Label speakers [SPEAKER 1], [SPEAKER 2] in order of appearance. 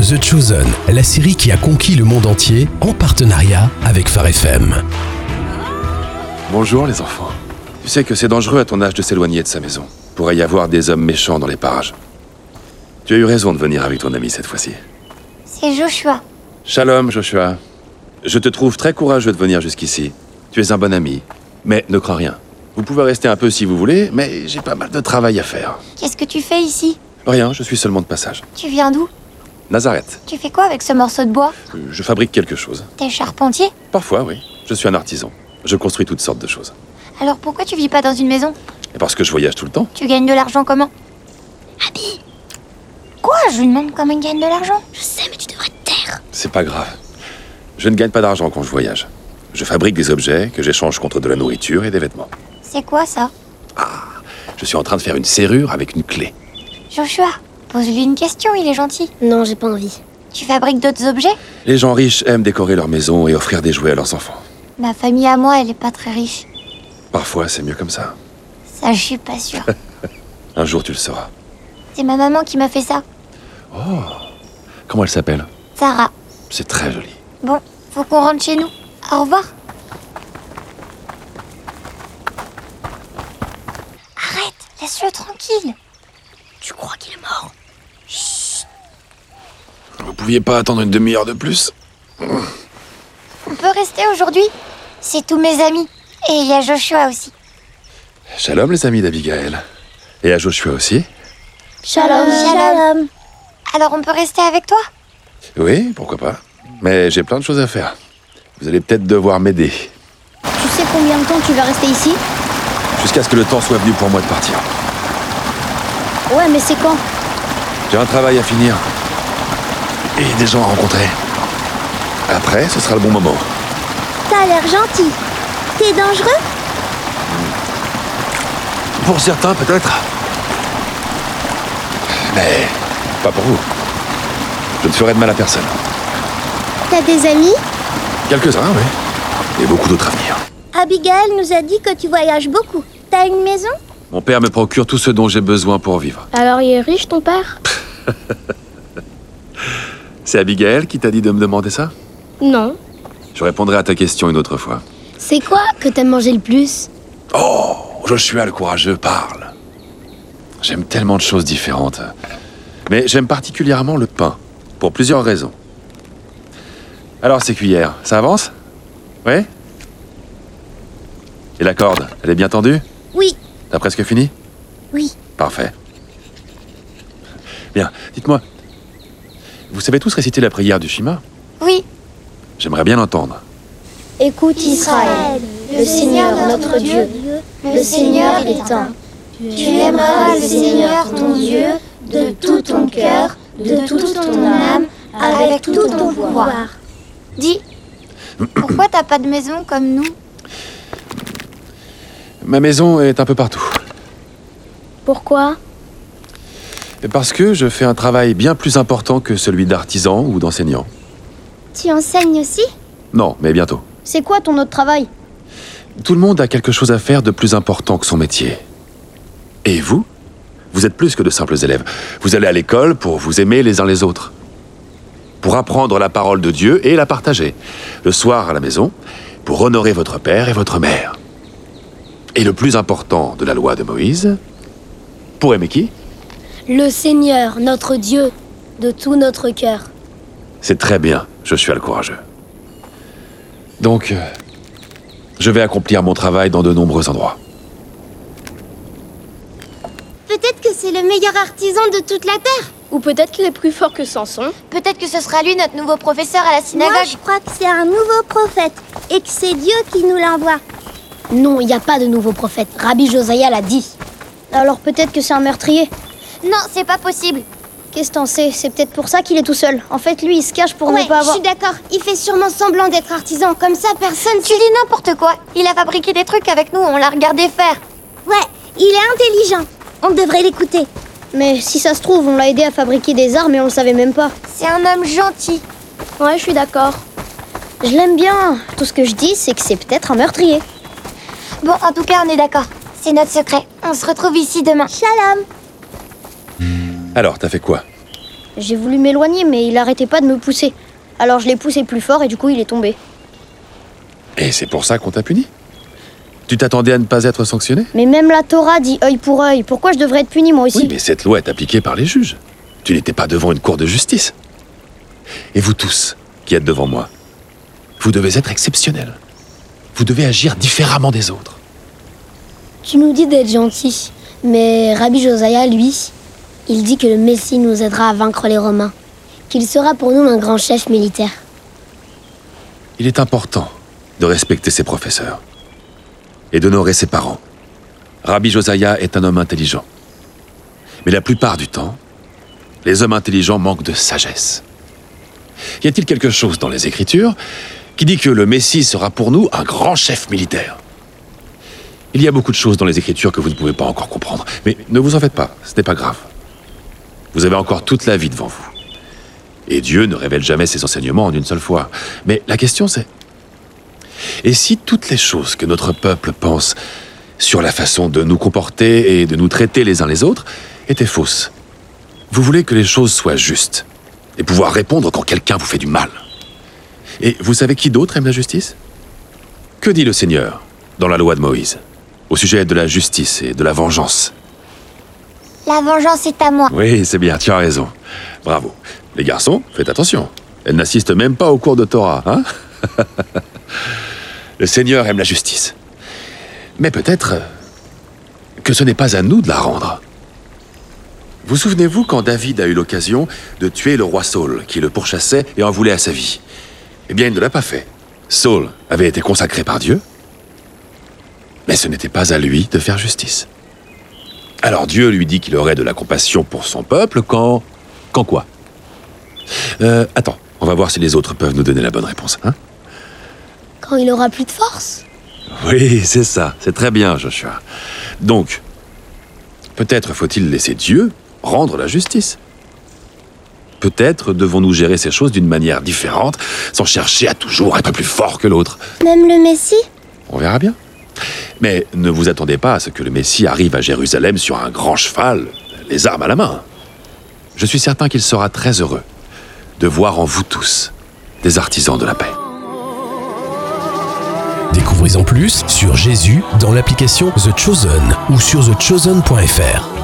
[SPEAKER 1] The Chosen, la série qui a conquis le monde entier en partenariat avec Phare FM.
[SPEAKER 2] Bonjour les enfants. Tu sais que c'est dangereux à ton âge de s'éloigner de sa maison. Pourrait y avoir des hommes méchants dans les parages. Tu as eu raison de venir avec ton ami cette fois-ci.
[SPEAKER 3] C'est Joshua.
[SPEAKER 2] Shalom Joshua. Je te trouve très courageux de venir jusqu'ici. Tu es un bon ami. Mais ne crains rien. Vous pouvez rester un peu si vous voulez, mais j'ai pas mal de travail à faire.
[SPEAKER 3] Qu'est-ce que tu fais ici
[SPEAKER 2] Rien, je suis seulement de passage.
[SPEAKER 3] Tu viens d'où
[SPEAKER 2] Nazareth.
[SPEAKER 3] Tu fais quoi avec ce morceau de bois
[SPEAKER 2] Euh, Je fabrique quelque chose.
[SPEAKER 3] T'es charpentier
[SPEAKER 2] Parfois, oui. Je suis un artisan. Je construis toutes sortes de choses.
[SPEAKER 3] Alors pourquoi tu vis pas dans une maison
[SPEAKER 2] Et parce que je voyage tout le temps.
[SPEAKER 3] Tu gagnes de l'argent comment Abby Quoi Je lui demande comment il gagne de l'argent Je sais, mais tu devrais te taire.
[SPEAKER 2] C'est pas grave. Je ne gagne pas d'argent quand je voyage. Je fabrique des objets que j'échange contre de la nourriture et des vêtements.
[SPEAKER 3] C'est quoi ça
[SPEAKER 2] Je suis en train de faire une serrure avec une clé.
[SPEAKER 3] Joshua, pose-lui une question, il est gentil.
[SPEAKER 4] Non, j'ai pas envie.
[SPEAKER 3] Tu fabriques d'autres objets
[SPEAKER 2] Les gens riches aiment décorer leur maison et offrir des jouets à leurs enfants.
[SPEAKER 3] Ma famille à moi, elle est pas très riche.
[SPEAKER 2] Parfois, c'est mieux comme ça.
[SPEAKER 3] Ça, je suis pas sûre.
[SPEAKER 2] Un jour, tu le sauras.
[SPEAKER 3] C'est ma maman qui m'a fait ça.
[SPEAKER 2] Comment elle s'appelle
[SPEAKER 3] Sarah.
[SPEAKER 2] C'est très joli.
[SPEAKER 3] Bon, faut qu'on rentre chez nous. Au revoir. Arrête, laisse-le tranquille.
[SPEAKER 4] Tu crois qu'il est mort
[SPEAKER 2] Vous pouviez pas attendre une demi-heure de plus
[SPEAKER 3] On peut rester aujourd'hui C'est tous mes amis. Et il y a Joshua aussi.
[SPEAKER 2] Shalom, les amis d'Abigail. Et à Joshua aussi
[SPEAKER 4] Shalom,
[SPEAKER 3] Shalom. Alors on peut rester avec toi
[SPEAKER 2] Oui, pourquoi pas. Mais j'ai plein de choses à faire. Vous allez peut-être devoir m'aider.
[SPEAKER 4] Tu sais combien de temps tu vas rester ici
[SPEAKER 2] Jusqu'à ce que le temps soit venu pour moi de partir.
[SPEAKER 4] Ouais, mais c'est quand
[SPEAKER 2] J'ai un travail à finir. Et des gens à rencontrer. Après, ce sera le bon moment.
[SPEAKER 4] T'as l'air gentil. T'es dangereux
[SPEAKER 2] Pour certains, peut-être. Mais pas pour vous. Je ne ferai de mal à personne.
[SPEAKER 4] T'as des amis
[SPEAKER 2] Quelques-uns, oui. Et beaucoup d'autres à venir.
[SPEAKER 4] Abigail nous a dit que tu voyages beaucoup. T'as une maison
[SPEAKER 2] Mon père me procure tout ce dont j'ai besoin pour vivre.
[SPEAKER 4] Alors il est riche ton père
[SPEAKER 2] C'est Abigail qui t'a dit de me demander ça
[SPEAKER 4] Non.
[SPEAKER 2] Je répondrai à ta question une autre fois.
[SPEAKER 4] C'est quoi que t'aimes manger le plus
[SPEAKER 2] Oh, Joshua le courageux parle. J'aime tellement de choses différentes. Mais j'aime particulièrement le pain, pour plusieurs raisons. Alors, ces cuillères, ça avance Ouais Et la corde, elle est bien tendue
[SPEAKER 4] Oui.
[SPEAKER 2] T'as presque fini
[SPEAKER 4] Oui.
[SPEAKER 2] Parfait. Bien, dites-moi, vous savez tous réciter la prière du Shema
[SPEAKER 3] Oui.
[SPEAKER 2] J'aimerais bien l'entendre.
[SPEAKER 4] Écoute Israël, le Seigneur notre Dieu, le Seigneur est un. Tu aimeras le Seigneur ton Dieu de tout ton cœur, de toute ton âme, avec tout ton pouvoir.
[SPEAKER 3] Dis, pourquoi t'as pas de maison comme nous
[SPEAKER 2] Ma maison est un peu partout.
[SPEAKER 4] Pourquoi
[SPEAKER 2] Parce que je fais un travail bien plus important que celui d'artisan ou d'enseignant.
[SPEAKER 4] Tu enseignes aussi
[SPEAKER 2] Non, mais bientôt.
[SPEAKER 4] C'est quoi ton autre travail
[SPEAKER 2] Tout le monde a quelque chose à faire de plus important que son métier. Et vous Vous êtes plus que de simples élèves. Vous allez à l'école pour vous aimer les uns les autres. Pour apprendre la parole de Dieu et la partager. Le soir à la maison, pour honorer votre père et votre mère. Et le plus important de la loi de Moïse Pour aimer qui
[SPEAKER 4] Le Seigneur, notre Dieu, de tout notre cœur.
[SPEAKER 2] C'est très bien, je suis le courageux. Donc, euh, je vais accomplir mon travail dans de nombreux endroits.
[SPEAKER 4] Peut-être que c'est le meilleur artisan de toute la terre.
[SPEAKER 5] Ou peut-être qu'il est plus fort que Samson.
[SPEAKER 3] Peut-être que ce sera lui notre nouveau professeur à la synagogue.
[SPEAKER 6] Moi, je crois que c'est un nouveau prophète et que c'est Dieu qui nous l'envoie.
[SPEAKER 4] Non, il n'y a pas de nouveau prophète. Rabbi Josiah l'a dit. Alors peut-être que c'est un meurtrier.
[SPEAKER 3] Non, c'est pas possible.
[SPEAKER 4] Qu'est-ce t'en sais C'est peut-être pour ça qu'il est tout seul. En fait, lui, il se cache pour
[SPEAKER 6] ouais,
[SPEAKER 4] ne pas
[SPEAKER 6] je
[SPEAKER 4] avoir.
[SPEAKER 6] suis d'accord. Il fait sûrement semblant d'être artisan. Comme ça, personne.
[SPEAKER 3] Tu dis n'importe quoi. Il a fabriqué des trucs avec nous, on l'a regardé faire.
[SPEAKER 6] Ouais, il est intelligent. On devrait l'écouter.
[SPEAKER 4] Mais si ça se trouve, on l'a aidé à fabriquer des armes et on le savait même pas.
[SPEAKER 3] C'est un homme gentil.
[SPEAKER 5] Ouais, je suis d'accord.
[SPEAKER 4] Je l'aime bien. Tout ce que je dis, c'est que c'est peut-être un meurtrier.
[SPEAKER 3] Bon, en tout cas, on est d'accord. C'est notre secret. On se retrouve ici demain.
[SPEAKER 6] Shalom.
[SPEAKER 2] Alors, t'as fait quoi
[SPEAKER 5] J'ai voulu m'éloigner, mais il arrêtait pas de me pousser. Alors je l'ai poussé plus fort et du coup il est tombé.
[SPEAKER 2] Et c'est pour ça qu'on t'a puni Tu t'attendais à ne pas être sanctionné
[SPEAKER 5] Mais même la Torah dit œil pour œil. Pourquoi je devrais être puni moi aussi
[SPEAKER 2] Oui, mais cette loi est appliquée par les juges. Tu n'étais pas devant une cour de justice. Et vous tous qui êtes devant moi, vous devez être exceptionnels. Vous devez agir différemment des autres.
[SPEAKER 4] Tu nous dis d'être gentil, mais Rabbi Josiah, lui, il dit que le Messie nous aidera à vaincre les Romains, qu'il sera pour nous un grand chef militaire.
[SPEAKER 2] Il est important de respecter ses professeurs et d'honorer ses parents. Rabbi Josiah est un homme intelligent. Mais la plupart du temps, les hommes intelligents manquent de sagesse. Y a-t-il quelque chose dans les Écritures qui dit que le Messie sera pour nous un grand chef militaire Il y a beaucoup de choses dans les Écritures que vous ne pouvez pas encore comprendre, mais ne vous en faites pas, ce n'est pas grave. Vous avez encore toute la vie devant vous. Et Dieu ne révèle jamais ses enseignements en une seule fois. Mais la question c'est, et si toutes les choses que notre peuple pense sur la façon de nous comporter et de nous traiter les uns les autres étaient fausses Vous voulez que les choses soient justes et pouvoir répondre quand quelqu'un vous fait du mal. Et vous savez qui d'autre aime la justice Que dit le Seigneur dans la loi de Moïse au sujet de la justice et de la vengeance
[SPEAKER 6] La vengeance est à moi.
[SPEAKER 2] oui, c'est bien, tu as raison. Bravo. Les garçons, faites attention. Elle n'assiste même pas aux cours de Torah, hein Le Seigneur aime la justice. Mais peut-être que ce n'est pas à nous de la rendre. Vous souvenez-vous quand David a eu l'occasion de tuer le roi Saul, qui le pourchassait et en voulait à sa vie Eh bien, il ne l'a pas fait. Saul avait été consacré par Dieu, mais ce n'était pas à lui de faire justice. Alors Dieu lui dit qu'il aurait de la compassion pour son peuple quand... Quand quoi Euh, attends, on va voir si les autres peuvent nous donner la bonne réponse, hein
[SPEAKER 4] Quand il aura plus de force
[SPEAKER 2] Oui, c'est ça, c'est très bien, Joshua. Donc, peut-être faut-il laisser Dieu rendre la justice. Peut-être devons-nous gérer ces choses d'une manière différente, sans chercher à toujours être plus fort que l'autre.
[SPEAKER 6] Même le Messie
[SPEAKER 2] On verra bien. Mais ne vous attendez pas à ce que le Messie arrive à Jérusalem sur un grand cheval, les armes à la main. Je suis certain qu'il sera très heureux de voir en vous tous des artisans de la paix.
[SPEAKER 1] Découvrez en plus sur Jésus dans l'application The Chosen ou sur thechosen.fr.